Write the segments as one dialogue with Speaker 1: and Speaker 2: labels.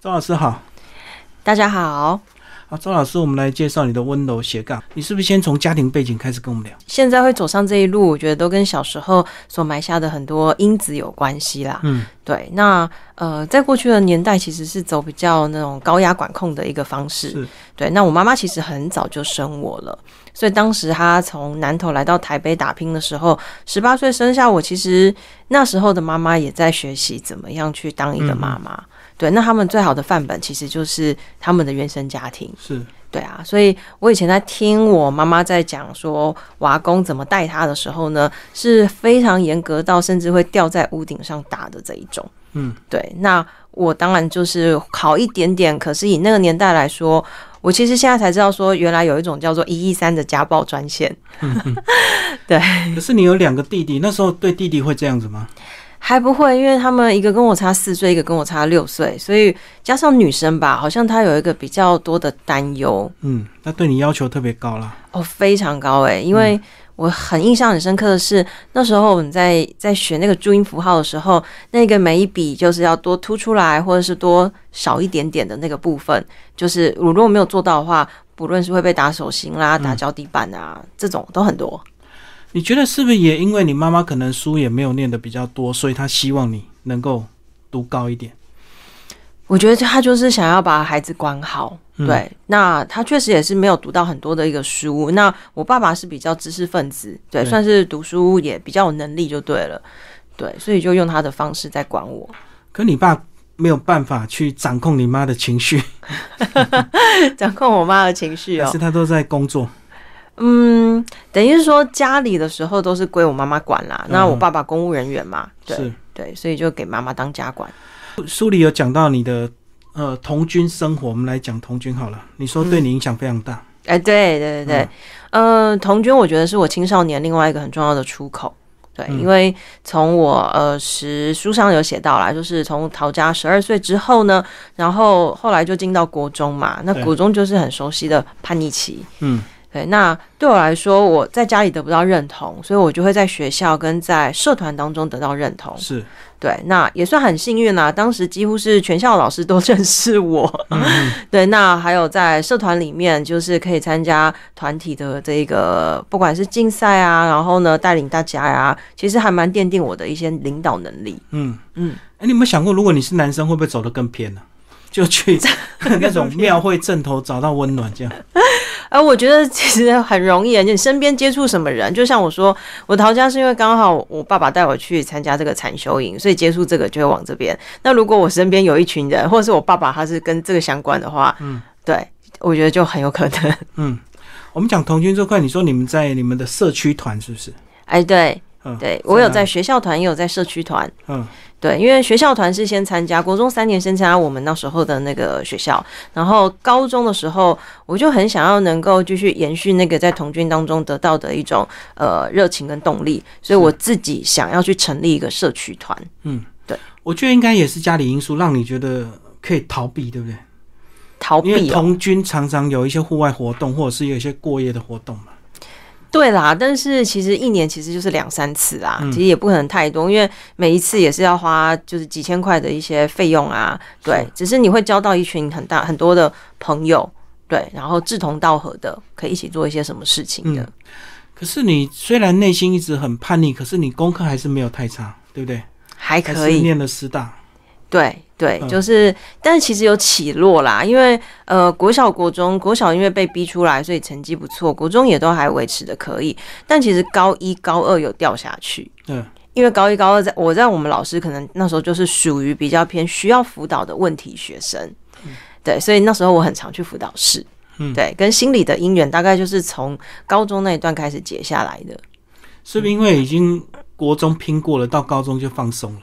Speaker 1: 周老师好，
Speaker 2: 大家好，
Speaker 1: 啊，周老师，我们来介绍你的温柔斜杠。你是不是先从家庭背景开始跟我们聊？
Speaker 2: 现在会走上这一路，我觉得都跟小时候所埋下的很多因子有关系啦。
Speaker 1: 嗯，
Speaker 2: 对，那呃，在过去的年代，其实是走比较那种高压管控的一个方式
Speaker 1: 是。
Speaker 2: 对，那我妈妈其实很早就生我了，所以当时她从南投来到台北打拼的时候，十八岁生下我，其实那时候的妈妈也在学习怎么样去当一个妈妈。
Speaker 1: 嗯
Speaker 2: 对，那他们最好的范本其实就是他们的原生家庭。
Speaker 1: 是，
Speaker 2: 对啊，所以我以前在听我妈妈在讲说娃公怎么带她的时候呢，是非常严格到甚至会吊在屋顶上打的这一种。
Speaker 1: 嗯，
Speaker 2: 对，那我当然就是好一点点，可是以那个年代来说，我其实现在才知道说，原来有一种叫做一一三的家暴专线，
Speaker 1: 可是你有两个弟弟，那时候对弟弟会这样子吗？
Speaker 2: 还不会，因为他们一个跟我差四岁，一个跟我差六岁，所以加上女生吧，好像她有一个比较多的担忧。
Speaker 1: 嗯，那对你要求特别高啦。
Speaker 2: 哦，非常高诶，因为我很印象很深刻的是，那时候我们在在学那个注音符号的时候，那个每一笔就是要多凸出来，或者是多少一点点的那个部分，就是我如果没有做到的话，不论是会被打手心啦、打脚底板啊，这种都很多。
Speaker 1: 你觉得是不是也因为你妈妈可能书也没有念的比较多，所以她希望你能够读高一点？
Speaker 2: 我觉得他就是想要把孩子管好，
Speaker 1: 嗯
Speaker 2: 对。那他确实也是没有读到很多的一个书。那我爸爸是比较知识分子，对，
Speaker 1: 对
Speaker 2: 算是读书也比较有能力就对了，对，所以就用他的方式在管我。
Speaker 1: 可你爸没有办法去掌控你妈的情绪，
Speaker 2: 掌控我妈的情绪
Speaker 1: 但
Speaker 2: 哦
Speaker 1: 是。他都在工作。
Speaker 2: 嗯，等于是说家里的时候都是归我妈妈管啦，那我爸爸公务人员嘛，
Speaker 1: 嗯
Speaker 2: 对
Speaker 1: 是，嗯
Speaker 2: 对，所以就给妈妈当家管。
Speaker 1: 书里有讲到你的呃童军生活，我们来讲童军好了。你说对你影响非常大，
Speaker 2: 哎，对对对对，
Speaker 1: 嗯
Speaker 2: 呃，童军我觉得是我青少年另外一个很重要的出口。对，
Speaker 1: 嗯
Speaker 2: 因为从我呃十书上有写到啦，就是从逃家十二岁之后呢，然后后来就进到国中嘛，那
Speaker 1: 对
Speaker 2: 国中就是很熟悉的叛逆期。
Speaker 1: 嗯，
Speaker 2: 对，那对我来说，我在家里得不到认同，所以我就会在学校跟在社团当中得到认同。
Speaker 1: 是，
Speaker 2: 对，那也算很幸运啦、当时几乎是全校老师都认识我。
Speaker 1: 嗯
Speaker 2: 对，那还有在社团里面，就是可以参加团体的这个，不管是竞赛啊，然后呢带领大家呀、其实还蛮奠定我的一些领导能力。
Speaker 1: 嗯
Speaker 2: 嗯
Speaker 1: 哎、你有没有想过，如果你是男生，会不会走得更偏 呢、就去 那种庙会正头找到温暖，这样
Speaker 2: 而我觉得其实很容易，你身边接触什么人，就像我说，我逃家是因为刚好我爸爸带我去参加这个禅修营，所以接触这个就会往这边。那如果我身边有一群人，或者是我爸爸他是跟这个相关的话，嗯，对，我觉得就很有可能。
Speaker 1: 嗯。我们讲童军这块，你说你们在你们的社区团是不是？
Speaker 2: 哎，对
Speaker 1: 嗯，
Speaker 2: 对，我有在
Speaker 1: 哪
Speaker 2: 学校团，也有在社区团。
Speaker 1: 嗯
Speaker 2: 对，因为学校团是先参加，国中三年先参加我们那时候的那个学校，然后高中的时候，我就很想要能够继续延续那个在童军当中得到的一种呃热情跟动力，所以我自己想要去成立一个社区团。
Speaker 1: 嗯，
Speaker 2: 对，
Speaker 1: 我觉得应该也是家里因素让你觉得可以逃避，对不对？
Speaker 2: 逃
Speaker 1: 因为
Speaker 2: 避、哦，
Speaker 1: 童军常常有一些户外活动，或者是有一些过夜的活动嘛。
Speaker 2: 对啦，但是其实一年其实就是两三次啦，
Speaker 1: 嗯
Speaker 2: 其实也不可能太多，因为每一次也是要花就是几千块的一些费用啊，对，只是你会交到一群很大很多的朋友，对，然后志同道合的，可以一起做一些什么事情的。
Speaker 1: 嗯可是你虽然内心一直很叛逆，可是你功课还是没有太差，对不对？
Speaker 2: 还
Speaker 1: 还
Speaker 2: 可
Speaker 1: 是
Speaker 2: 以，
Speaker 1: 念了师大，
Speaker 2: 对对，
Speaker 1: 嗯
Speaker 2: 就是，但是其实有起落啦，因为呃，国小、国中、国小因为被逼出来，所以成绩不错，国中也都还维持的可以，但其实高一、高二有掉下去，
Speaker 1: 嗯，
Speaker 2: 因为高一、高二在我在我们老师可能那时候就是属于比较偏需要辅导的问题学生，对，所以那时候我很常去辅导室，
Speaker 1: 嗯
Speaker 2: 对，跟心理的因缘大概就是从高中那一段开始结下来的，
Speaker 1: 是不是因为已经国中拼过了，到高中就放松了，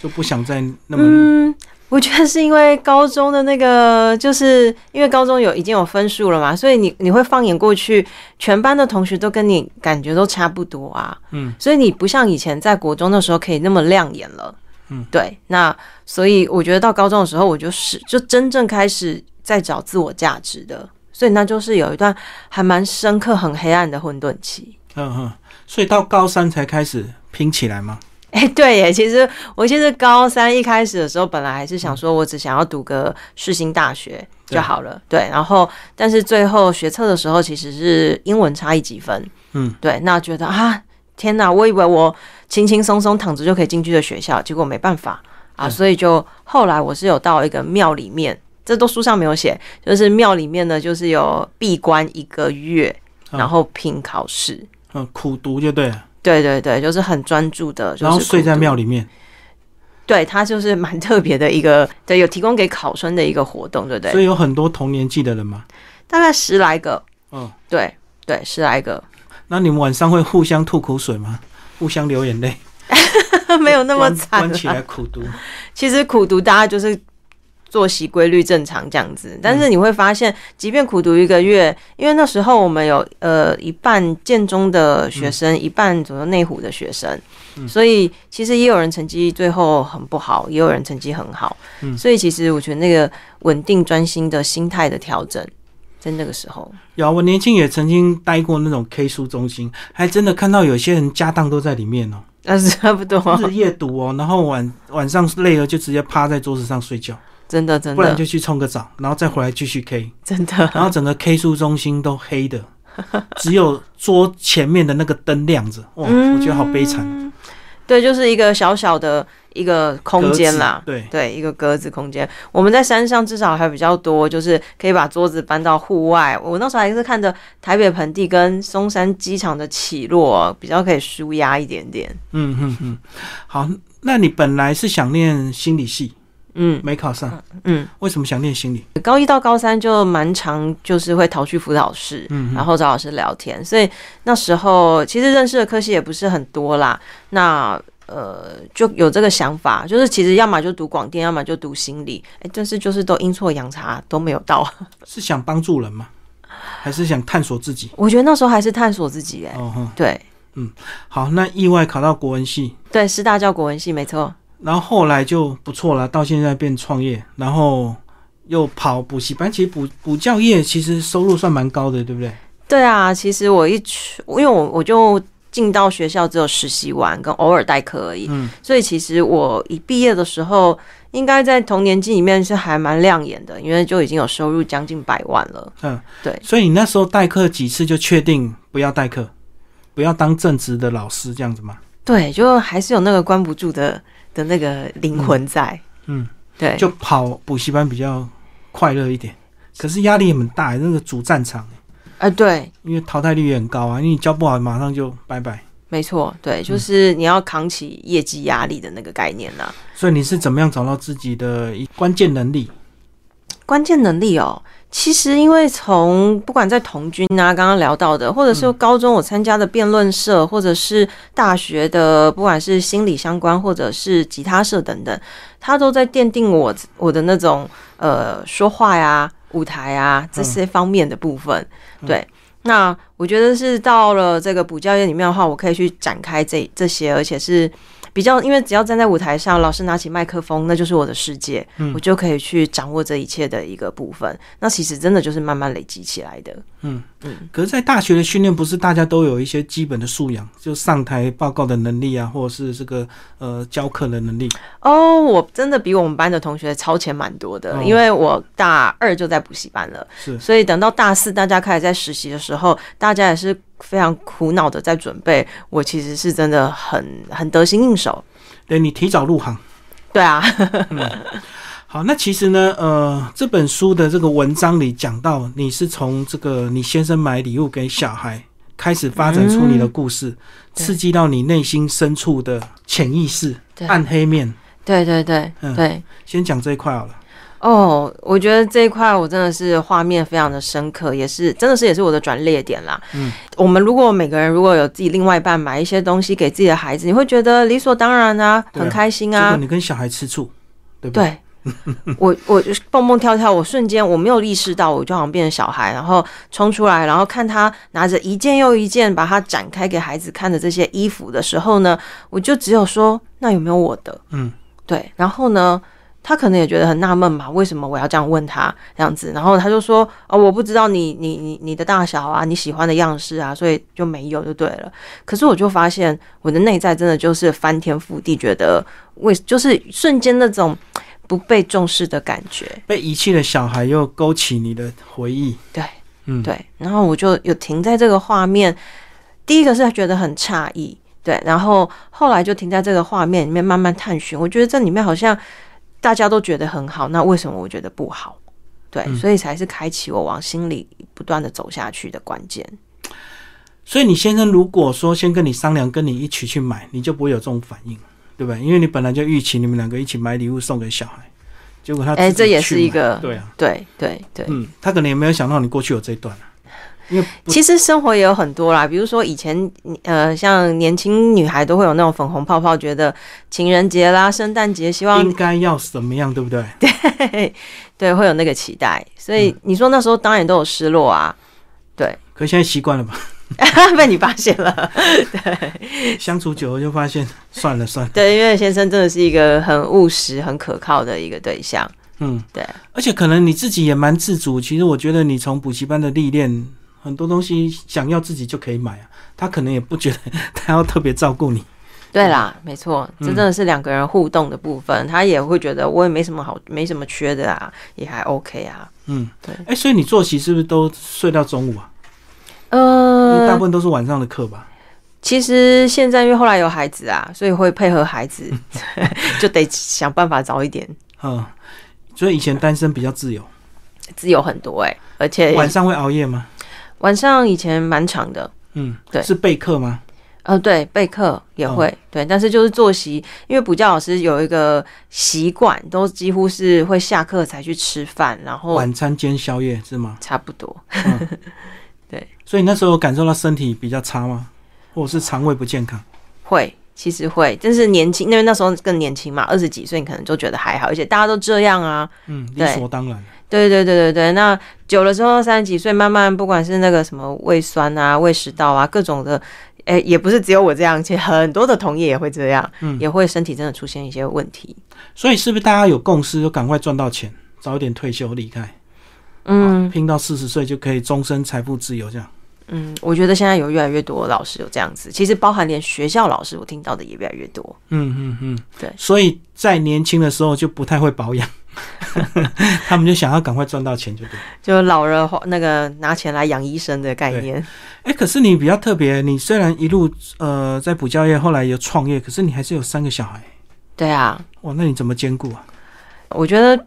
Speaker 1: 就不想再那么、
Speaker 2: 嗯，我觉得是因为高中的那个，就是因为高中有已经有分数了嘛，所以你你会放眼过去，全班的同学都跟你感觉都差不多啊。
Speaker 1: 嗯，
Speaker 2: 所以你不像以前在国中的时候可以那么亮眼了。
Speaker 1: 嗯，
Speaker 2: 对。那所以我觉得到高中的时候，我就是就真正开始在找自我价值的，所以那就是有一段还蛮深刻、很黑暗的混沌期。
Speaker 1: 嗯嗯，所以到高三才开始拼起来嘛。
Speaker 2: 哎、对耶，其实我记得高三一开始的时候，本来还是想说我只想要读个世新大学就好了，对。然后，但是最后学测的时候，其实是英文差一几分，
Speaker 1: 嗯，
Speaker 2: 对。那觉得啊，天哪，我以为我轻轻松松躺着就可以进去的学校，结果没办法啊，
Speaker 1: 嗯
Speaker 2: 所以就后来我是有到一个庙里面，这都书上没有写，就是庙里面呢，就是有闭关一个月，
Speaker 1: 嗯
Speaker 2: 然后拼考试。
Speaker 1: 嗯，苦读就对了，
Speaker 2: 对对对，就是很专注的，就是
Speaker 1: 然后睡在
Speaker 2: 苦读
Speaker 1: 庙里面，
Speaker 2: 对，它就是蛮特别的一个， 对，有提供给考生的一个活动，对不
Speaker 1: 所
Speaker 2: 对？
Speaker 1: 以有很多同年纪的人嘛。
Speaker 2: 大概十来个，
Speaker 1: 嗯，
Speaker 2: 对对，十来个，
Speaker 1: 那你们晚上会互相吐苦水吗？互相流眼泪？
Speaker 2: 没有 那么
Speaker 1: 关
Speaker 2: 惨啊
Speaker 1: 关起来
Speaker 2: 啦。
Speaker 1: 苦读。
Speaker 2: 其实苦读大家就是作息规律正常这样
Speaker 1: 嗯
Speaker 2: 子，但是你会发现，即便苦读一个月，因为那时候我们有呃一半建中的学生，一半左右内湖的学生，
Speaker 1: 嗯
Speaker 2: 所以其实也有人成绩最后很不好，也有人成绩很好，
Speaker 1: 嗯
Speaker 2: 所以其实我觉得那个稳定专心的心态的调整，在那个时候。
Speaker 1: 有啊，我年轻也曾经待过那种 K 书中心，还真的看到有些人家当都在里面 哦，
Speaker 2: 那是差不多，
Speaker 1: 日夜读哦，然后晚晚上累了就直接趴在桌子上睡觉，
Speaker 2: 真的真
Speaker 1: 不然
Speaker 2: 的
Speaker 1: 就去冲个澡，然后再回来继续 K，
Speaker 2: 真的，
Speaker 1: 然后整个 K 书中心都黑的， 只有桌前面的那个灯亮着，哇，我觉得好悲惨。
Speaker 2: 嗯。对，就是一个小小的一个空间啦，
Speaker 1: 格子对，
Speaker 2: 对，一个格子空间。我们在山上至少还比较多，就是可以把桌子搬到户外。我那时候还是看着台北盆地跟松山机场的起落，比较可以舒压一点点。
Speaker 1: 嗯嗯嗯，好，那你本来是想念心理系，
Speaker 2: 嗯
Speaker 1: 没考上，
Speaker 2: 嗯，
Speaker 1: 为什么想念心理？
Speaker 2: 高一到高三就蛮常就是会逃去辅导室，
Speaker 1: 嗯，
Speaker 2: 然后找老师聊天，所以那时候其实认识的科系也不是很多啦。那呃，就有这个想法，就是其实要么就读广电，要么就读心理，哎，但是就是都阴错阳差都没有到。
Speaker 1: 是想帮助人吗？还是想探索自己？
Speaker 2: 我觉得那时候还是探索自己，哎，
Speaker 1: 哦哼，
Speaker 2: 对
Speaker 1: 好，那意外考到国文系，
Speaker 2: 对，师大教国文系没错，
Speaker 1: 然后后来就不错了，到现在变创业，然后又跑补习班。其实补补教业其实收入算蛮高的，对不对？
Speaker 2: 对啊，其实我一去，因为我我就进到学校只有实习完跟偶尔代课而已，
Speaker 1: 嗯
Speaker 2: 所以其实我一毕业的时候，应该在同年纪里面是还蛮亮眼的，因为就已经有收入将近百万了。
Speaker 1: 嗯，
Speaker 2: 对
Speaker 1: 所以你那时候代课几次就确定不要代课，不要当正职的老师这样子嘛？
Speaker 2: 对，就还是有那个关不住的的那个灵魂在。
Speaker 1: 嗯，
Speaker 2: 对，
Speaker 1: 就跑补习班比较快乐一点，可是压力也很大，那个主战场，欸
Speaker 2: 呃，对，
Speaker 1: 因为淘汰率也很高啊，因为你教不好马上就拜拜。
Speaker 2: 没错，对，就是你要扛起业绩压力的那个概念啊啦。
Speaker 1: 所以你是怎么样找到自己的一关键能力？
Speaker 2: 关键能力哦，其实因为从不管在童军啊，刚刚聊到的，或者是高中我参加的辩论社，或者是大学的，不管是心理相关或者是吉他社等等，它都在奠定我我的那种呃说话呀、舞台啊这些方面的部分。
Speaker 1: 嗯
Speaker 2: 对，那我觉得是到了这个补教业里面的话，我可以去展开这这些，而且是。比较，因为只要站在舞台上，老师拿起麦克风，那就是我的世界。我就可以去掌握这一切的一个部分。那其实真的就是慢慢累积起来的。
Speaker 1: 可是，在大学的训练，不是大家都有一些基本的素养，就上台报告的能力啊，或者是这个呃教课的能力。
Speaker 2: 哦，我真的比我们班的同学超前蛮多的，
Speaker 1: 哦
Speaker 2: 因为我大二就在补习班了，
Speaker 1: 是
Speaker 2: 所以等到大四大家开始在实习的时候，大家也是非常苦恼的在准备。我其实是真的很很得心应手。
Speaker 1: 对你提早入行。
Speaker 2: 对啊，
Speaker 1: 好，那其实呢，呃，这本书的这个文章里讲到，你是从这个你先生买礼物给小孩开始发展出你的故事，
Speaker 2: 嗯对
Speaker 1: 刺激到你内心深处的潜意识、
Speaker 2: 对
Speaker 1: 暗黑面。
Speaker 2: 对对对
Speaker 1: 嗯
Speaker 2: 对。
Speaker 1: 先讲这一块好了。
Speaker 2: 哦，我觉得这一块我真的是画面非常的深刻，也是真的是也是我的转捩点啦。
Speaker 1: 嗯，
Speaker 2: 我们如果每个人如果有自己另外一半买一些东西给自己的孩子，你会觉得理所当然啊，
Speaker 1: 对啊
Speaker 2: 很开心
Speaker 1: 结
Speaker 2: 啊
Speaker 1: 果。你跟小孩吃醋，对不对？
Speaker 2: 对，我我就是蹦蹦跳跳，我瞬间我没有意识到，我就好像变成小孩，然后冲出来，然后看他拿着一件又一件把它展开给孩子看的这些衣服的时候呢，我就只有说，那有没有我的？
Speaker 1: 嗯，
Speaker 2: 对，然后呢，他可能也觉得很纳闷嘛，为什么我要这样问他这样子？然后他就说：“哦，我不知道你你你你的大小啊，你喜欢的样式啊，所以就没有就对了。”可是我就发现我的内在真的就是翻天覆地，觉得为就是瞬间那种不被重视的感觉。
Speaker 1: 被遗弃的小孩又勾起你的回忆，
Speaker 2: 对，
Speaker 1: 嗯，
Speaker 2: 对，然后我就有停在这个画面，第一个是觉得很诧异，对，然后后来就停在这个画面里面慢慢探寻，我觉得这里面好像大家都觉得很好，那为什么我觉得不好？对，
Speaker 1: 嗯
Speaker 2: 所以才是开启我往心里不断的走下去的关键。
Speaker 1: 所以你先生如果说先跟你商量，跟你一起去买，你就不会有这种反应，对不对？因为你本来就预期你们两个一起买礼物送给小孩，结果他
Speaker 2: 哎
Speaker 1: 自己
Speaker 2: 这也
Speaker 1: 去
Speaker 2: 是一
Speaker 1: 买
Speaker 2: 个
Speaker 1: 对啊，
Speaker 2: 对对对，
Speaker 1: 嗯，他可能也没有想到你过去有这一段啊，因为不
Speaker 2: 其实生活也有很多啦，比如说以前，呃，像年轻女孩都会有那种粉红泡泡，觉得情人节啦、圣诞节，希望
Speaker 1: 应该要怎么样，对不对？
Speaker 2: 对，会有那个期待。所以
Speaker 1: 嗯
Speaker 2: 你说那时候当然都有失落啊，
Speaker 1: 可现在习惯了吧？
Speaker 2: 被你发现了。
Speaker 1: 相处久了就发现，算了算了，
Speaker 2: 对，因为先生真的是一个很务实、很可靠的一个对象。
Speaker 1: 嗯，
Speaker 2: 对。
Speaker 1: 而且可能你自己也蛮自主，其实我觉得你从补习班的历练，很多东西想要自己就可以买啊。他可能也不觉得他要特别照顾你，
Speaker 2: 对啦，
Speaker 1: 嗯
Speaker 2: 没错，这真的是两个人互动的部分，他也会觉得我也没什么好，没什么缺的啊，也还 OK 啊。
Speaker 1: 嗯，
Speaker 2: 对
Speaker 1: 哎、所以你作息是不是都睡到中午啊？因为大
Speaker 2: 呃
Speaker 1: 部，分都是晚上的课吧？
Speaker 2: 其实现在因为后来有孩子啊，所以会配合 孩子，就得想办法早一点，
Speaker 1: 嗯，所以以前单身比较自由，
Speaker 2: 自由很多哎、而且
Speaker 1: 晚上会熬夜吗？
Speaker 2: 晚上以前蛮长的，
Speaker 1: 嗯，
Speaker 2: 对
Speaker 1: 是备课吗？
Speaker 2: 呃，对，备课也
Speaker 1: 哦
Speaker 2: 会、对，但是就是作息，因为补教老师有一个习惯，都几乎是会下课才去吃饭，然后
Speaker 1: 晚餐兼宵夜是吗？
Speaker 2: 差不多。
Speaker 1: 所以那时候有感受到身体比较差吗？或者是肠胃不健康？
Speaker 2: 会，其实会，但是年轻，因为那时候更年轻嘛，二十几岁，你可能就觉得还好，而且大家都这样啊。
Speaker 1: 嗯，理
Speaker 2: 对
Speaker 1: 所当然。
Speaker 2: 对对对对对，那久了之后，三十几岁，慢慢不管是那个什么胃酸啊、胃食道啊，各种的，诶，也不是只有我这样，其实很多的同业也会这样，
Speaker 1: 嗯哦
Speaker 2: 也会身体真的出现一些问题。
Speaker 1: 所以是不是大家有共识，就赶快赚到钱，早一点退休离开，
Speaker 2: 嗯
Speaker 1: 拼到四十岁就可以终身财富自由这样？
Speaker 2: 嗯，我觉得现在有越来越多的老师有这样子，其实包含连学校老师，我听到的也越来越多。
Speaker 1: 嗯嗯嗯，
Speaker 2: 对
Speaker 1: 所以在年轻的时候就不太会保 养，他们就想要赶快赚到钱就对了。
Speaker 2: 就老人花那个拿钱来养医生的概念，
Speaker 1: 哎、可是你比较特别，你虽然一路呃在补教业，后来有创业，可是你还是有三个小孩，
Speaker 2: 对啊，
Speaker 1: 哇，那你怎么兼顾啊？
Speaker 2: 我觉得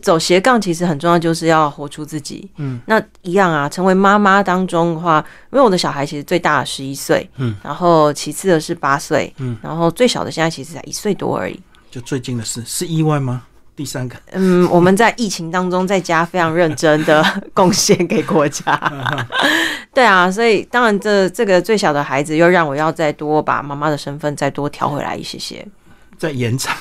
Speaker 2: 走斜杠其实很重要，就是要活出自己。
Speaker 1: 嗯，
Speaker 2: 那一样啊，成为妈妈当中的话，因为我的小孩其实最大的十一岁，
Speaker 1: 嗯，
Speaker 2: 然后其次的是八岁，
Speaker 1: 嗯，
Speaker 2: 然后最小的现在其实才一岁多而已。
Speaker 1: 就最近的事是意外吗？第三个，
Speaker 2: 嗯，我们在疫情当中在家非常认真的贡献给国家，对啊，所以当然这这个最小的孩子又让我要再多把妈妈的身份再多调回来一些些。
Speaker 1: 在延长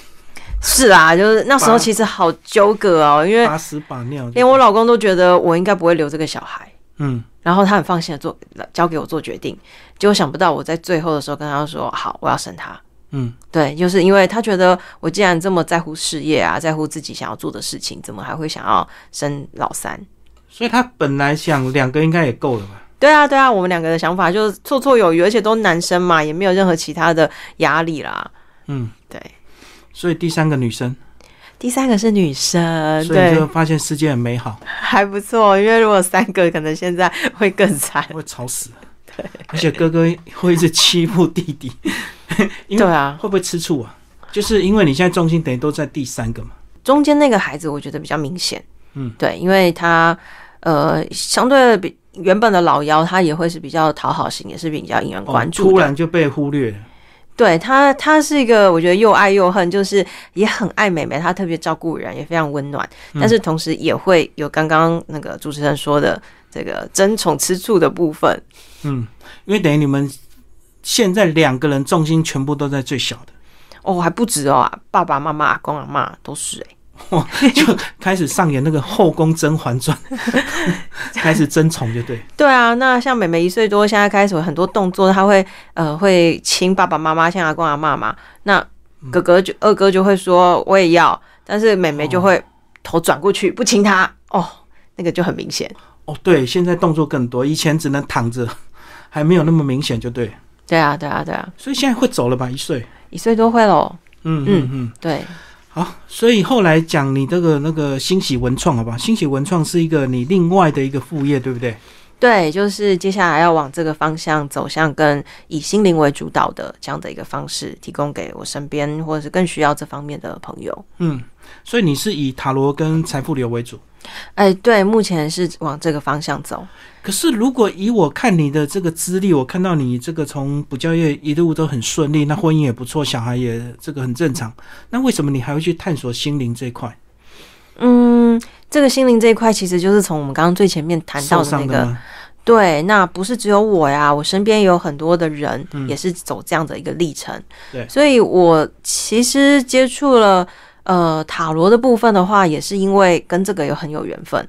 Speaker 2: 是啊，就是那时
Speaker 1: 把
Speaker 2: 候其实好纠葛哦，因为
Speaker 1: 把屎把尿，
Speaker 2: 连我老公都觉得我应该不会留这个小孩，
Speaker 1: 嗯，
Speaker 2: 然后他很放心的做交给我做决定，结果想不到我在最后的时候跟他说好，我要生他。
Speaker 1: 嗯，
Speaker 2: 对，就是因为他觉得我既然这么在乎事业啊，在乎自己想要做的事情，怎么还会想要生老三？
Speaker 1: 所以他本来想两个应该也够了吧？
Speaker 2: 对啊，对啊，我们两个的想法就是绰绰有余，而且都男生嘛，也没有任何其他的压力啦。
Speaker 1: 嗯，
Speaker 2: 对。
Speaker 1: 所以第三个女生，
Speaker 2: 第三个是女生，
Speaker 1: 所以
Speaker 2: 对
Speaker 1: 就，发现世界很美好，
Speaker 2: 还不错。因为如果三个，可能现在会更惨。
Speaker 1: 会吵死。对，而且哥哥会一直欺负弟弟，因为
Speaker 2: 对啊，
Speaker 1: 会不会吃醋啊？就是因为你现在重心等于都在第三个嘛。
Speaker 2: 中间那个孩子，我觉得比较明显。
Speaker 1: 嗯，
Speaker 2: 对，因为他呃，相对比原本的老幺，他也会是比较讨好型，也是比较引人
Speaker 1: 哦
Speaker 2: 关注的。
Speaker 1: 突然就被忽略了。
Speaker 2: 对他，他是一个我觉得又爱又恨，就是也很爱美美，他特别照顾人，也非常温暖，
Speaker 1: 嗯
Speaker 2: 但是同时也会有刚刚那个主持人说的这个争宠吃醋的部分。
Speaker 1: 嗯，因为等于你们现在两个人重心全部都在最小的，
Speaker 2: 哦，还不止哦，爸爸妈妈、阿公阿妈都是哎、
Speaker 1: 开始上演那个后宫《甄嬛传》，开始争宠就对。
Speaker 2: 对啊，那像妹妹一岁多，现在开始有很多动作，她会呃会亲爸爸妈妈，像阿公阿妈嘛。那哥哥就、二哥就会说我也要，但是妹妹就会头转过去不亲他，哦，那个就很明显。
Speaker 1: 哦，对，现在动作更多，以前只能躺着，还没有那么明显，就对。
Speaker 2: 对啊，对啊，对啊，
Speaker 1: 所以现在会走了吧？一岁。
Speaker 2: 一岁多会喽。
Speaker 1: 嗯嗯嗯。
Speaker 2: 对，
Speaker 1: 好，所以后来讲你这个那个欣喜文创，好吧？欣喜文创是一个你另外的一个副业，对不对？
Speaker 2: 对，就是接下来要往这个方向走向，跟以心灵为主导的这样的一个方式，提供给我身边或者是更需要这方面的朋友。
Speaker 1: 嗯，所以你是以塔罗跟财富流为主。
Speaker 2: 哎，对，目前是往这个方向走。
Speaker 1: 可是如果以我看你的这个资历，我看到你这个从补教业一路都很顺利，那婚姻也不错，小孩也这个很正常，那为什么你还会去探索心灵这一块？
Speaker 2: 嗯，这个心灵这一块，其实就是从我们刚刚最前面谈到
Speaker 1: 受
Speaker 2: 的那
Speaker 1: 伤
Speaker 2: 个
Speaker 1: 的吗？
Speaker 2: 对，那不是只有我呀，我身边有很多的人
Speaker 1: 嗯
Speaker 2: 也是走这样的一个历程。
Speaker 1: 对
Speaker 2: 所以我其实接触了呃塔罗的部分的话，也是因为跟这个有很有缘分。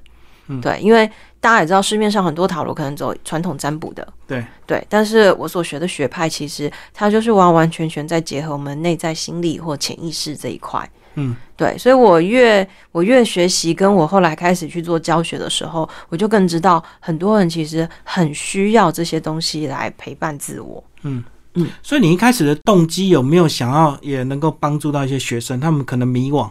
Speaker 1: 嗯
Speaker 2: 对，因为大家也知道市面上很多塔罗可能走传统占卜的，
Speaker 1: 对
Speaker 2: 对，但是我所学的学派其实它就是完完全全在结合我们内在心理或潜意识这一块。
Speaker 1: 嗯，
Speaker 2: 对，所以我越我越学习，跟我后来开始去做教学的时候，我就更知道很多人其实很需要这些东西来陪伴自我。
Speaker 1: 所以你一开始的动机有没有想要也能够帮助到一些学生，他们可能迷惘，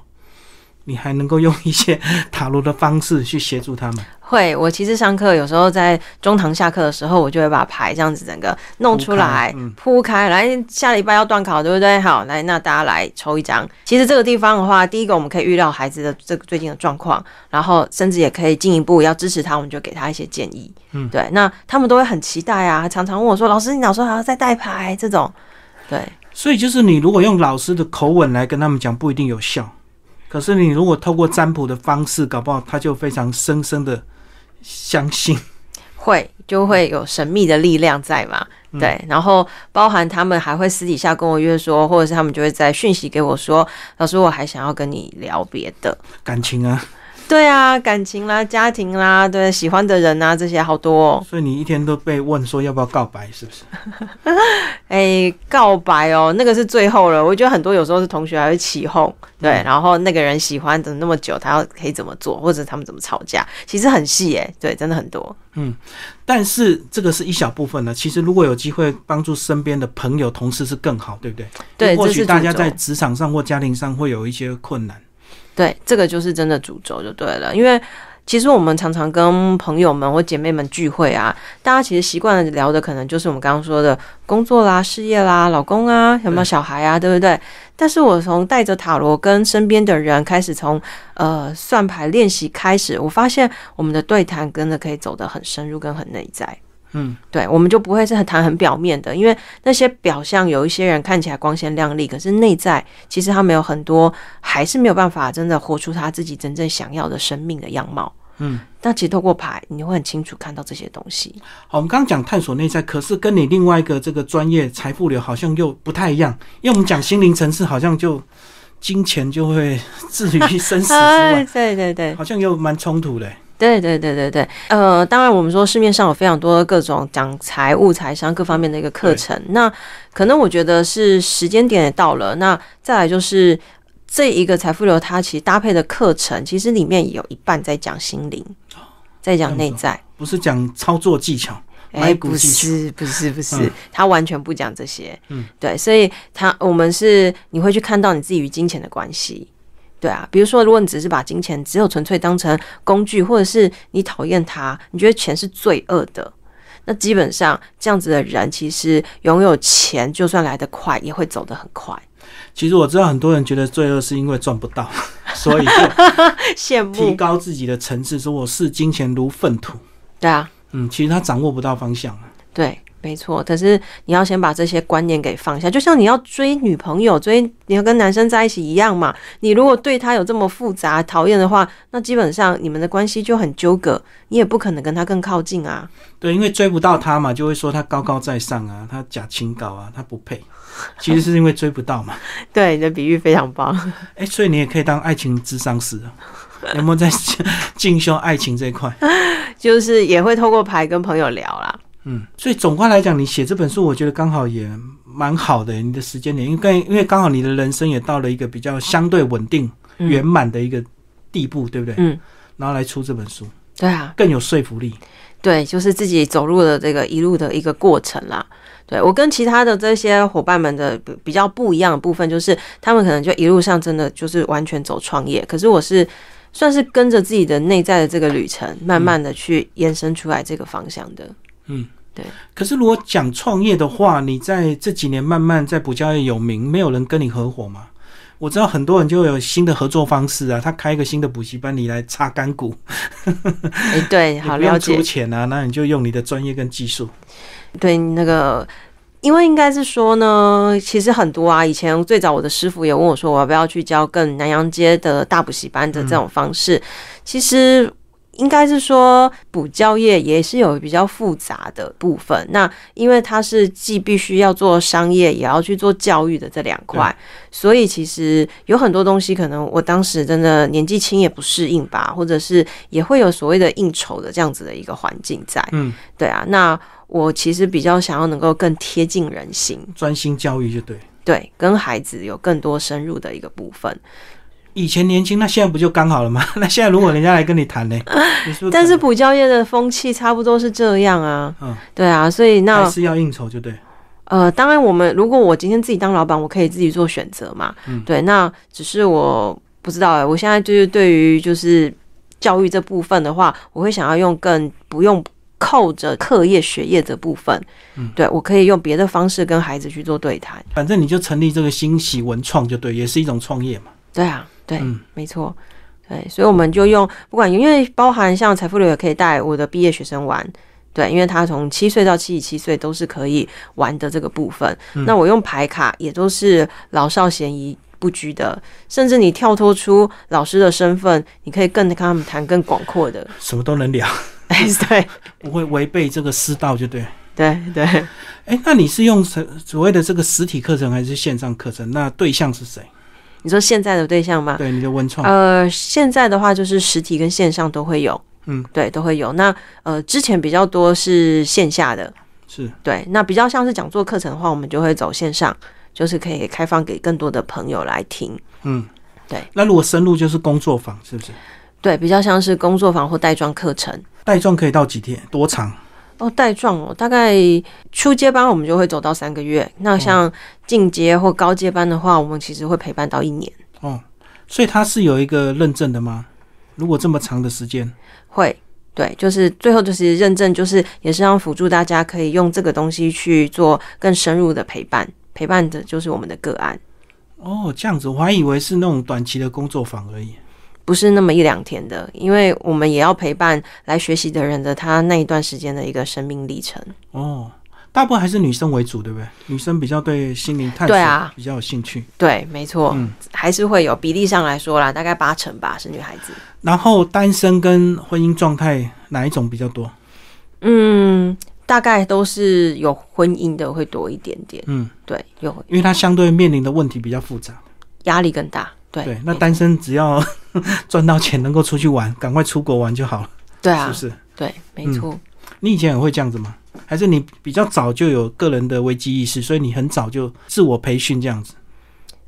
Speaker 1: 你还能够用一些塔罗的方式去协助他们？
Speaker 2: 会，我其实上课有时候在中堂下课的时候，我就会把牌这样子整个弄出来
Speaker 1: 铺开嗯，
Speaker 2: 铺开,、来。下礼拜要断考，对不对？好，来，那大家来抽一张。其实这个地方的话，第一个我们可以预料孩子的这个最近的状况，然后甚至也可以进一步要支持他，我们就给他一些建议。
Speaker 1: 嗯
Speaker 2: 对，那他们都会很期待啊，常常问我说：“老师，你老师还要再带牌？”这种，对。
Speaker 1: 所以就是你如果用老师的口吻来跟他们讲，不一定有效。可是你如果透过占卜的方式，搞不好他就非常深深的相信。
Speaker 2: 会就会有神秘的力量在嘛，
Speaker 1: 嗯
Speaker 2: 对，然后包含他们还会私底下跟我约说，或者是他们就会在讯息给我说，老师我还想要跟你聊别的，
Speaker 1: 感情啊，
Speaker 2: 对啊，感情啦、家庭啦，对，喜欢的人啊这些好多、哦，
Speaker 1: 所以你一天都被问说要不要告白，是不是？
Speaker 2: 哎，告白哦，那个是最后了，我觉得很多有时候是同学还会起哄，对，
Speaker 1: 嗯
Speaker 2: 然后那个人喜欢等那么久，他要可以怎么做，或者他们怎么吵架，其实很细哎，对，真的很多，
Speaker 1: 但是这个是一小部分呢。其实如果有机会帮助身边的朋友、同事是更好，对不对？
Speaker 2: 对，
Speaker 1: 或
Speaker 2: 这
Speaker 1: 许
Speaker 2: 是
Speaker 1: 大家
Speaker 2: 主轴
Speaker 1: 在职场上或家庭上会有一些困难。
Speaker 2: 对，这个就是真的主轴就对了，因为。其实我们常常跟朋友们或姐妹们聚会啊，大家其实习惯聊的可能就是我们刚刚说的工作啦、事业啦、老公啊、有没
Speaker 1: 对
Speaker 2: 有小孩啊，对不对？但是我从带着塔罗跟身边的人开始从呃算牌练习开始，我发现我们的对谈真的可以走得很深入跟很内在。
Speaker 1: 嗯，
Speaker 2: 对，我们就不会是很谈很表面的，因为那些表象有一些人看起来光鲜亮丽，可是内在其实他们有很多还是没有办法真的活出他自己真正想要的生命的样貌。
Speaker 1: 嗯，
Speaker 2: 那其实透过牌，你会很清楚看到这些东西。
Speaker 1: 好，我们刚刚讲探索内在，可是跟你另外一个这个专业财富流好像又不太一样，因为我们讲心灵层次，好像就金钱就会 置于生死之 外，，
Speaker 2: 哎对对对，
Speaker 1: 好像又蛮冲突的、欸
Speaker 2: 对对对对对，呃，当然我们说市面上有非常多各种讲财务、财商各方面的一个课程，那可能我觉得是时间点也到了，那再来就是。这一个财富流，它其实搭配的课程，其实里面有一半在讲心灵，在讲内在。
Speaker 1: 不是讲操作技巧。
Speaker 2: 哎、
Speaker 1: 买股
Speaker 2: 不
Speaker 1: 技巧
Speaker 2: 是，不是，不是，
Speaker 1: 嗯
Speaker 2: 他完全不讲这些。
Speaker 1: 嗯，
Speaker 2: 对，所以他我们是你会去看到你自己与金钱的关系。对啊，比如说，如果你只是把金钱只有纯粹当成工具，或者是你讨厌它，你觉得钱是罪恶的，那基本上这样子的人，其实拥有钱就算来得快，也会走得很快。
Speaker 1: 其实我知道很多人觉得罪恶是因为赚不到， 所以就
Speaker 2: 羡
Speaker 1: 提
Speaker 2: 慕，
Speaker 1: 高自己的层次，说我视金钱如粪土。
Speaker 2: 对啊，
Speaker 1: 嗯，其实他掌握不到方向啊。
Speaker 2: 对，没错。可是你要先把这些观念给放下，就像你要追女朋友、追你要跟男生在一起一样嘛。你如果对他有这么复杂讨厌的话，那基本上你们的关系就很纠葛，你也不可能跟他更靠近啊。
Speaker 1: 对，因为追不到他嘛，就会说他高高在上啊，他假清高啊，他不配。其实是因为追不到嘛。
Speaker 2: 对，你的比喻非常棒。
Speaker 1: 哎、所以你也可以当爱情智商师啊， 有没有在进修爱情这一块？
Speaker 2: 就是也会透过牌跟朋友聊啦。
Speaker 1: 嗯，所以总观来讲，你写这本书，我觉得刚好也蛮好的，你的时间点，因为因为刚好你的人生也到了一个比较相对稳定，
Speaker 2: 嗯
Speaker 1: 圆满的一个地步，对不对？
Speaker 2: 嗯，
Speaker 1: 然后来出这本书，
Speaker 2: 对啊，
Speaker 1: 更有说服力。
Speaker 2: 对，就是自己走入了这个一路的一个过程啦。对我跟其他的这些伙伴们的比比较不一样的部分，就是他们可能就一路上真的就是完全走创业，可是我是算是跟着自己的内在的这个旅程，
Speaker 1: 嗯
Speaker 2: 慢慢的去延伸出来这个方向的。
Speaker 1: 可是如果讲创业的话，你在这几年慢慢在补教业有名，没有人跟你合伙吗？我知道很多人就有新的合作方式啊，他开一个新的补习班，你来擦干股，
Speaker 2: 哎、对，
Speaker 1: 你
Speaker 2: 好
Speaker 1: 不
Speaker 2: 了
Speaker 1: 用
Speaker 2: 解
Speaker 1: 出。钱啊，那你就用你的专业跟技术。
Speaker 2: 对，那个，因为应该是说呢，其实很多啊，以前最早我的师傅也问我说，我要不要去教更南洋街的大补习班的这种方式，其实。应该是说，补教业也是有比较复杂的部分。那因为它是既必须要做商业，也要去做教育的这两块，所以其实有很多东西，可能我当时真的年纪轻也不适应吧，或者是也会有所谓的应酬的这样子的一个环境在。
Speaker 1: 嗯，
Speaker 2: 对啊，那我其实比较想要能够更贴近人心，
Speaker 1: 专心教育就对。
Speaker 2: 对，跟孩子有更多深入的一个部分。
Speaker 1: 以前年轻，那现在不就刚好了吗？ 那现在如果人家来跟你谈 呢，你是不是可能？
Speaker 2: 但是补教业的风气差不多是这样啊，
Speaker 1: 嗯
Speaker 2: 对啊，所以
Speaker 1: 还
Speaker 2: 那
Speaker 1: 是要应酬就对。
Speaker 2: 呃，当然我们如果我今天自己当老板，我可以自己做选择嘛，
Speaker 1: 嗯
Speaker 2: 对，那只是我不知道哎、我现在就是对于就是教育这部分的话，我会想要用更不用。扣着课业、学业这部分，
Speaker 1: 嗯
Speaker 2: 对我可以用别的方式跟孩子去做对谈。
Speaker 1: 反正你就成立这个新喜文创就对，也是一种创业嘛。
Speaker 2: 对啊，对，
Speaker 1: 嗯
Speaker 2: 没错，对，所以我们就用不管，因为包含像财富流也可以带我的毕业学生玩。对，因为他从七岁到七十七岁都是可以玩的这个部分。
Speaker 1: 嗯
Speaker 2: 那我用牌卡也都是老少咸宜不拘的，甚至你跳脱出老师的身份，你可以更跟他们谈更广阔的。
Speaker 1: 什么都能聊，
Speaker 2: 哎，对
Speaker 1: 不会违背这个师道就对。
Speaker 2: 对对，
Speaker 1: 哎，那你是用所所谓的这个实体课程还是线上课程？那对象是谁？
Speaker 2: 你说现在的对象吗？
Speaker 1: 对，你的文创，
Speaker 2: 呃，现在的话就是实体跟线上都会有，
Speaker 1: 嗯，
Speaker 2: 对，都会有。那呃，之前比较多是线下的，
Speaker 1: 是
Speaker 2: 对，那比较像是讲座课程的话，我们就会走线上，就是可以开放给更多的朋友来听。
Speaker 1: 嗯，
Speaker 2: 对。
Speaker 1: 那如果深入就是工作坊，是不是？
Speaker 2: 对，比较像是工作坊或带妆课程。
Speaker 1: 带状可以到几天？多长？
Speaker 2: 哦，带妆哦，大概初阶班我们就会走到三个月，那像进阶或高阶班的话，我们其实会陪伴到一年。
Speaker 1: 哦，所以它是有一个认证的吗？如果这么长的时间，
Speaker 2: 会，对，就是最后就是认证，就是也是让辅助大家可以用这个东西去做更深入的陪伴，陪伴的就是我们的个案，
Speaker 1: 哦，这样子，我还以为是那种短期的工作坊而已。
Speaker 2: 不是那么一两天的，因为我们也要陪伴来学习的人的他那一段时间的一个生命历程。
Speaker 1: 哦，大部分还是女生为主，对不对？女生比较对心灵探
Speaker 2: 对啊
Speaker 1: 索比较有兴趣。
Speaker 2: 对，没错，
Speaker 1: 嗯
Speaker 2: 还是会有比例上来说啦，大概八成吧是女孩子。
Speaker 1: 然后单身跟婚姻状态哪一种比较多？
Speaker 2: 嗯，大概都是有婚姻的会多一点点，
Speaker 1: 嗯，
Speaker 2: 对，有
Speaker 1: 因为它相对面临的问题比较复杂。
Speaker 2: 压力更大。对，
Speaker 1: 对，那
Speaker 2: 没
Speaker 1: 单身只要 赚到钱，能够出去玩，赶快出国玩就好了，
Speaker 2: 对
Speaker 1: 是
Speaker 2: 啊
Speaker 1: 不，是？
Speaker 2: 对，没
Speaker 1: 嗯
Speaker 2: 错。
Speaker 1: 你以前也会这样子吗？还是你比较早就有个人的危机意识，所以你很早就自我培训这样子？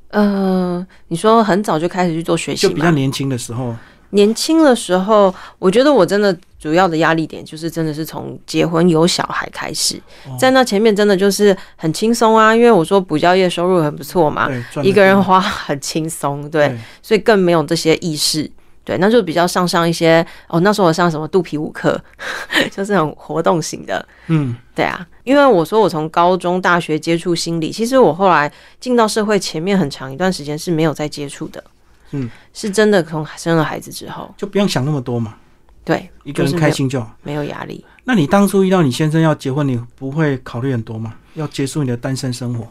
Speaker 2: 呃，你说很早就开始去做学习
Speaker 1: 就
Speaker 2: 嘛？
Speaker 1: 比较年轻的时候，
Speaker 2: 年轻的时候，我觉得我真的主要的压力点就是真的是从结婚有小孩开始，
Speaker 1: 哦
Speaker 2: 在那前面真的就是很轻松啊，因为我说补教业收入很不错嘛，
Speaker 1: 对，赚
Speaker 2: 啊一
Speaker 1: 得
Speaker 2: 个人
Speaker 1: 多
Speaker 2: 花很轻松，对，
Speaker 1: 对
Speaker 2: 所以更没有这些意识。对，那就比较上上一些哦，那时候我上什么肚皮舞课， 就是很活动型的，
Speaker 1: 嗯，
Speaker 2: 对啊，因为我说我从高中、大学接触心理，其实我后来进到社会前面很长一段时间是没有再接触的。
Speaker 1: 嗯，
Speaker 2: 是真的从生了孩子之后，
Speaker 1: 就不用想那么多嘛，
Speaker 2: 对，
Speaker 1: 一个
Speaker 2: 就是
Speaker 1: 人
Speaker 2: 没有
Speaker 1: 开心就好。
Speaker 2: 没有压力。
Speaker 1: 那你当初遇到你先生要结婚，你不会考虑很多吗？要结束你的单身生活？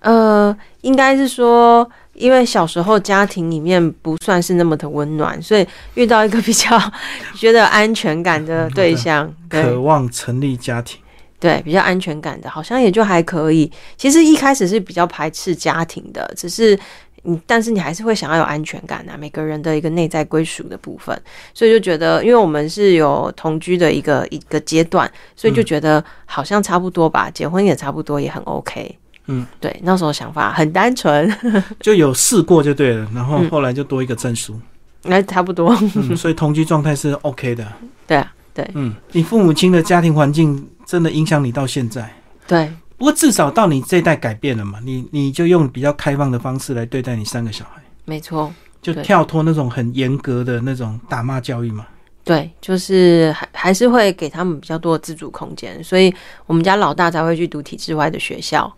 Speaker 2: 呃，应该是说，因为小时候家庭里面不算是那么的温暖，所以遇到一个比较 觉得有安全感的嗯对象，对
Speaker 1: 渴望成立家庭，
Speaker 2: 对，比较安全感的，好像也就还可以。其实一开始是比较排斥家庭的，只是你，但是你还是会想要有安全感啊，每个人的一个内在归属的部分，所以就觉得，因为我们是有同居的一个一个阶段，所以就觉得好像差不多吧，结婚也差不多，也很 OK。
Speaker 1: 嗯，
Speaker 2: 对，那时候想法很单纯，
Speaker 1: 就有试过就对了，然后
Speaker 2: 嗯
Speaker 1: 后来就多一个证书，
Speaker 2: 那差不多。
Speaker 1: 嗯，所以同居状态是 OK 的。
Speaker 2: 对啊，对
Speaker 1: 嗯，你父母亲的家庭环境真的影响你到现在。
Speaker 2: 对
Speaker 1: 不过至少到你这一代改变了嘛，你你就用比较开放的方式来对待你三个小孩，
Speaker 2: 没错，
Speaker 1: 就
Speaker 2: 对
Speaker 1: 跳脱那种很严格的那种打骂教育嘛。
Speaker 2: 对，就是还还是会给他们比较多的自主空间，所以我们家老大才会去读体制外的学校，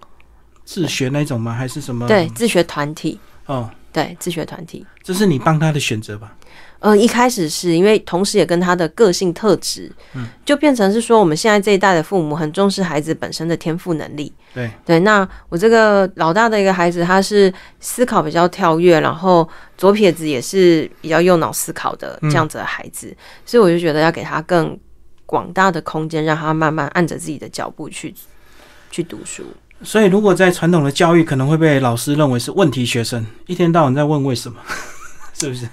Speaker 1: 自学那种吗？还是什么？
Speaker 2: 对，，自学团体，
Speaker 1: 哦，
Speaker 2: 对，自学团体。
Speaker 1: 这是你帮他的选择吧？
Speaker 2: 呃，一开始是因为同时也跟他的个性特质，就变成是说我们现在这一代的父母很重视孩子本身的天赋能力。
Speaker 1: 对
Speaker 2: 对，那我这个老大的一个孩子，他是思考比较跳跃，然后左撇子也是比较右脑思考的这样子的孩子，所以我就觉得要给他更广大的空间，让他慢慢按着自己的脚步去去读书。
Speaker 1: 所以如果在传统的教育，可能会被老师认为是问题学生，一天到晚在问为什么， 是不是？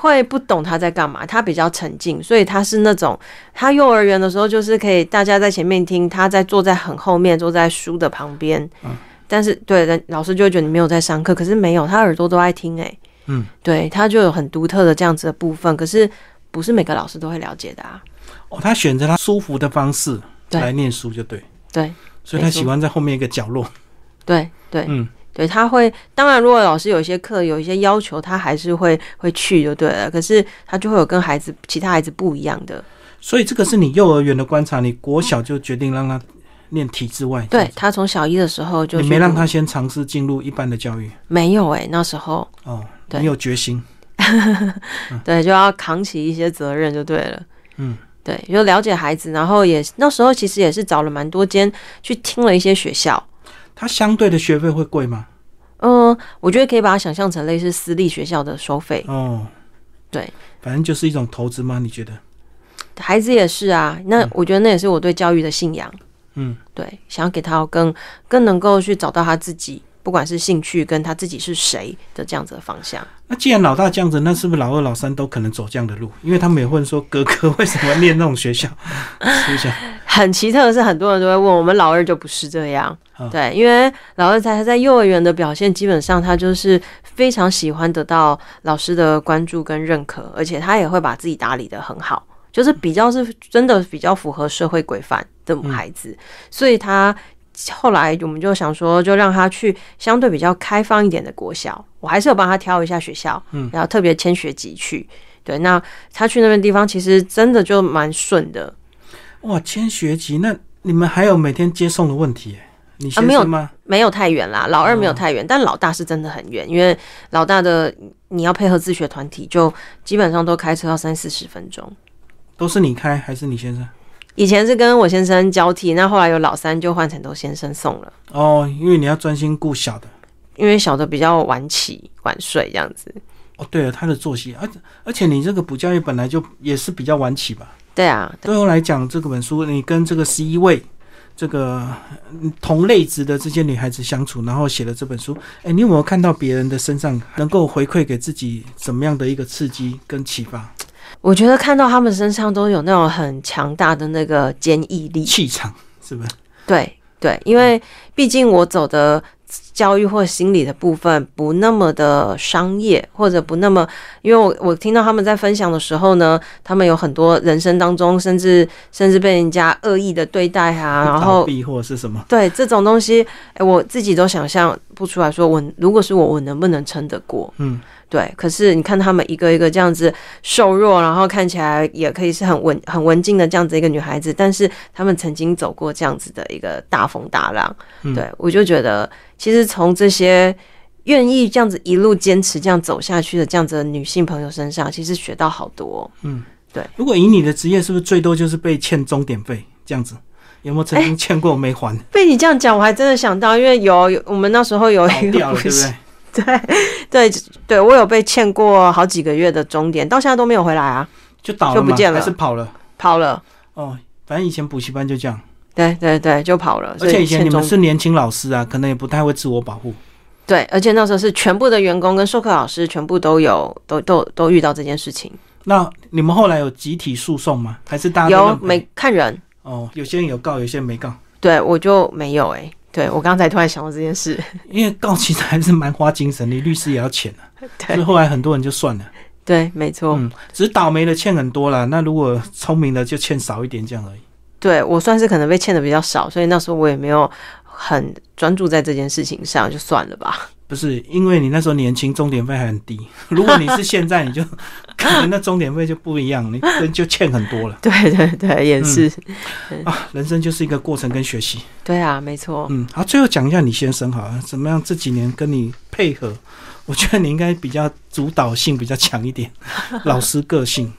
Speaker 2: 会不懂他在干嘛，他比较沉静，所以他是那种他幼儿园的时候就是可以大家在前面听，他在坐在很后面，坐在书的旁边。
Speaker 1: 嗯
Speaker 2: 但是对人老师就会觉得你没有在上课，可是没有，他耳朵都爱听哎、
Speaker 1: 嗯，
Speaker 2: 对，他就有很独特的这样子的部分，可是不是每个老师都会了解的啊。
Speaker 1: 哦，他选择他舒服的方式
Speaker 2: 对
Speaker 1: 来念书就对，
Speaker 2: 对
Speaker 1: 所以他
Speaker 2: 没错
Speaker 1: 喜欢在后面一个角落。
Speaker 2: 对对、
Speaker 1: 嗯，
Speaker 2: 对，他会当然，如果老师有一些课有一些要求，他还是会会去就对了，可是他就会有跟孩子其他孩子不一样的。
Speaker 1: 所以这个是你幼儿园的观察，你国小就决定让他念体制外。
Speaker 2: 对他从小一的时候就
Speaker 1: 你
Speaker 2: 去
Speaker 1: 没让
Speaker 2: 读
Speaker 1: 他先尝试进入一般的教育
Speaker 2: 没有哎、那时候
Speaker 1: 哦，
Speaker 2: 对
Speaker 1: 你有决心，
Speaker 2: 对就要扛起一些责任就对了。
Speaker 1: 嗯，
Speaker 2: 对，就了解孩子，然后也那时候其实也是找了蛮多间去听了一些学校。
Speaker 1: 他相对的学费会贵吗？
Speaker 2: 嗯，我觉得可以把它想象成类似私立学校的收费，
Speaker 1: 哦，
Speaker 2: 对，
Speaker 1: 反正就是一种投资吗？你觉得？嗯
Speaker 2: 孩子也是啊。那我觉得那也是我对教育的信仰，
Speaker 1: 嗯，
Speaker 2: 对，想要给他更更能够去找到他自己，不管是兴趣跟他自己是谁的这样子的方向。
Speaker 1: 那既然老大这样子，那是不是老二、老三都可能走这样的路？因为他们也会说哥哥为什么念那种学 校，是不是？
Speaker 2: 很奇特的是，很多人都会问我们老二就不是这样，
Speaker 1: 嗯
Speaker 2: 对，因为老二在他在幼儿园的表现，基本上他就是非常喜欢得到老师的关注跟认可，而且他也会把自己打理得很好，就是比较是真的比较符合社会规范的孩子，所以他。后来我们就想说，就让他去相对比较开放一点的国小，我还是有帮他挑一下学校，
Speaker 1: 嗯
Speaker 2: 然后特别签学籍去。对，那他去那边地方其实真的就蛮顺的，
Speaker 1: 哇，签学籍，那你们还有每天接送的问题耶、你先
Speaker 2: 啊没有
Speaker 1: 生吗？
Speaker 2: 没有太远啦，老二没有太远，但老大是真的很远，因为老大的你要配合自学团体，就基本上都开车要三四十分钟。
Speaker 1: 都是你开还是你先生？
Speaker 2: 以前是跟我先生交替，那后来有老三就换成都先生送了，
Speaker 1: 哦，因为你要专心顾小的。
Speaker 2: 因为小的比较晚起晚睡这样子。
Speaker 1: 哦，对了，他的作息，而而且你这个补教业本来就也是比较晚起吧？
Speaker 2: 对啊，
Speaker 1: 对我来讲，这个本书你跟这个十一位这个嗯同类值的这些女孩子相处，然后写了这本书，哎，你有没有看到别人的身上能够回馈给自己怎么样的一个刺激跟启发？
Speaker 2: 我觉得看到他们身上都有那种很强大的那个坚毅力，
Speaker 1: 气场是不是？
Speaker 2: 对对，因为毕竟我走的教育或心理的部分不那么的商业，或者不那么，因为我我听到他们在分享的时候呢，他们有很多人生当中，甚至甚至被人家恶意的对待啊，然
Speaker 1: 逃
Speaker 2: 后。
Speaker 1: 避或者是什么？
Speaker 2: 对这种东西，哎，我自己都想象不出来说我如果是我，我能不能撑得过？
Speaker 1: 嗯，
Speaker 2: 对，可是你看他们一个一个这样子瘦弱，然后看起来也可以是很文很文静的这样子一个女孩子，但是他们曾经走过这样子的一个大风大浪，
Speaker 1: 嗯
Speaker 2: 对我就觉得，其实从这些愿意这样子一路坚持这样走下去的这样子的女性朋友身上，其实学到好多哦、
Speaker 1: 如果以你的职业，是不是最多就是被欠钟点费这样子？有没有
Speaker 2: 哎
Speaker 1: 曾经欠过没 还？
Speaker 2: 被你这样讲，我还真的想到，因为有有我们那时候有
Speaker 1: 倒
Speaker 2: 一
Speaker 1: 掉了，
Speaker 2: 个补
Speaker 1: 对不
Speaker 2: 习
Speaker 1: 对？
Speaker 2: 对对对，我有被欠过好几个月的终点，到现在都没有回来啊，
Speaker 1: 就倒了
Speaker 2: 就
Speaker 1: 嘛，
Speaker 2: 不见了
Speaker 1: 还是跑了？
Speaker 2: 跑了。
Speaker 1: 哦，反正以前补习班就这样，
Speaker 2: 对对对，就跑了。
Speaker 1: 而且以前你
Speaker 2: 所
Speaker 1: 们
Speaker 2: 欠终
Speaker 1: 是年轻老师啊，可能也不太会自我保护。
Speaker 2: 对，而且那时候是全部的员工跟授课老师全部都有都都都遇到这件事情，
Speaker 1: 那你们后来有集体诉讼吗？还是大家都
Speaker 2: 有
Speaker 1: 认赔
Speaker 2: 没看人？
Speaker 1: 哦？有些人有告，有些人没告。
Speaker 2: 对我就没有哎、对我刚才突然想到这件事，
Speaker 1: 因为告其实还是蛮花精神的，律师也要钱啊。所以
Speaker 2: 对
Speaker 1: 后来很多人就算了，
Speaker 2: 对，没错，
Speaker 1: 嗯，只是倒霉的欠很多啦。那如果聪明的就欠少一点这样而已。
Speaker 2: 对我算是可能被欠的比较少，所以那时候我也没有很专注在这件事情上，就算了吧。
Speaker 1: 不是，因为你那时候年轻，钟点费还很低。 如果你是现在，你就 可能那钟点费就不一样，你就欠很 多了
Speaker 2: 对对对，也是，
Speaker 1: 啊。人生就是一个过程跟学习。
Speaker 2: 对啊，没错。
Speaker 1: 嗯，好，最后讲一下你先生好了，怎么样这几年跟你配合？ 我觉得你应该比较主导性比较强一点，老师个性。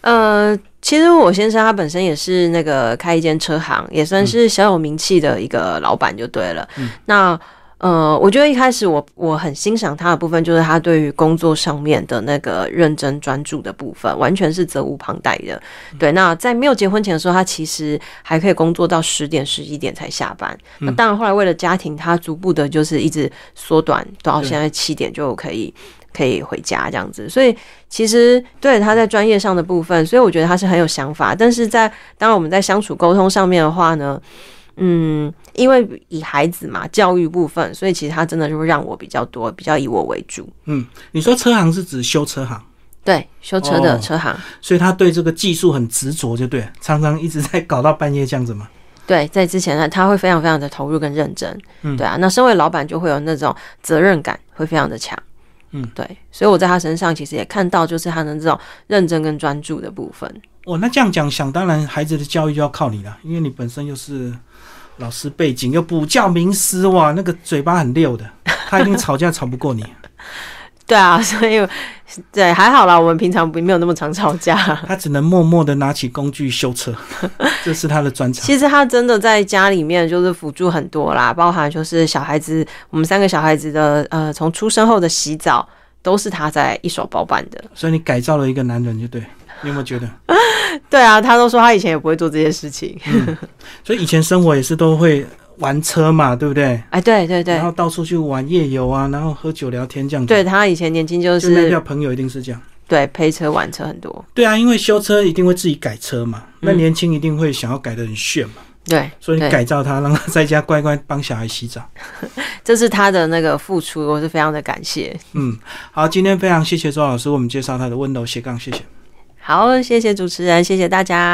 Speaker 2: 呃，其实我先生他本身也是那个开一间车行，也算是小有名气的一个老板就对了。
Speaker 1: 嗯
Speaker 2: 那呃，我觉得一开始我我很欣赏他的部分，就是他对于工作上面的那个认真专注的部分，完全是责无旁贷的。对，那在没有结婚前的时候，他其实还可以工作到十点、十一点才下班。那当然，后来为了家庭，他逐步的就是一直缩短到
Speaker 1: 对
Speaker 2: 现在七点就可以可以回家这样子。所以其实对他在专业上的部分，所以我觉得他是很有想法。但是在当然我们在相处沟通上面的话呢，嗯，因为以孩子嘛教育部分，所以其实他真的就会让我比较多，比较以我为主。
Speaker 1: 嗯，你说车行是指修车行，
Speaker 2: 对，修车的
Speaker 1: 哦
Speaker 2: 车行，
Speaker 1: 所以他对这个技术很执着，就对了，常常一直在搞到半夜这样子嘛。
Speaker 2: 对，在之前呢，他会非常非常的投入跟认真，
Speaker 1: 嗯
Speaker 2: 对啊。那身为老板就会有那种责任感，会非常的强，
Speaker 1: 嗯，
Speaker 2: 对。所以我在他身上其实也看到，就是他的这种认真跟专注的部分。
Speaker 1: 哦，那这样讲，想当然孩子的教育就要靠你了，因为你本身又是老师背景，又补教名师，哇，那个嘴巴很溜的，他一定吵架吵不过你。
Speaker 2: 对啊， 所以对还好啦，我们平常不没有那么常吵 架。
Speaker 1: 他只能默默的拿起工具修车，这是他的专长。
Speaker 2: 其实他真的在家里面就是辅助很多啦，包含就是小孩子，我们三个小孩子的呃，从出生后的洗澡都是他在一手包办的。
Speaker 1: 所以你改造了一个男人，就对。你有没有觉得？
Speaker 2: 对啊，他都说他以前也不会做这些事情。
Speaker 1: 所以以前生活也是都会玩车嘛，对不对？
Speaker 2: 哎，对对
Speaker 1: 然
Speaker 2: 对，
Speaker 1: 后到处去玩夜游啊，然后喝酒聊天这样子。
Speaker 2: 对他以前年轻就
Speaker 1: 就那
Speaker 2: 是
Speaker 1: 票朋友一定是这样。
Speaker 2: 对陪车玩车很多。
Speaker 1: 对啊，因为修车一定会自己改车嘛，那
Speaker 2: 嗯
Speaker 1: 年轻一定会想要改的很炫嘛，
Speaker 2: 对，
Speaker 1: 所以你
Speaker 2: 对
Speaker 1: 改造他，让他在家乖乖帮小孩洗澡。
Speaker 2: 这是他的那个付出，我是非常的感谢。
Speaker 1: 嗯，好，今天非常谢谢周老师，为我们介绍他的温柔斜杠，谢谢。
Speaker 2: 好，谢谢主持人，谢谢大家。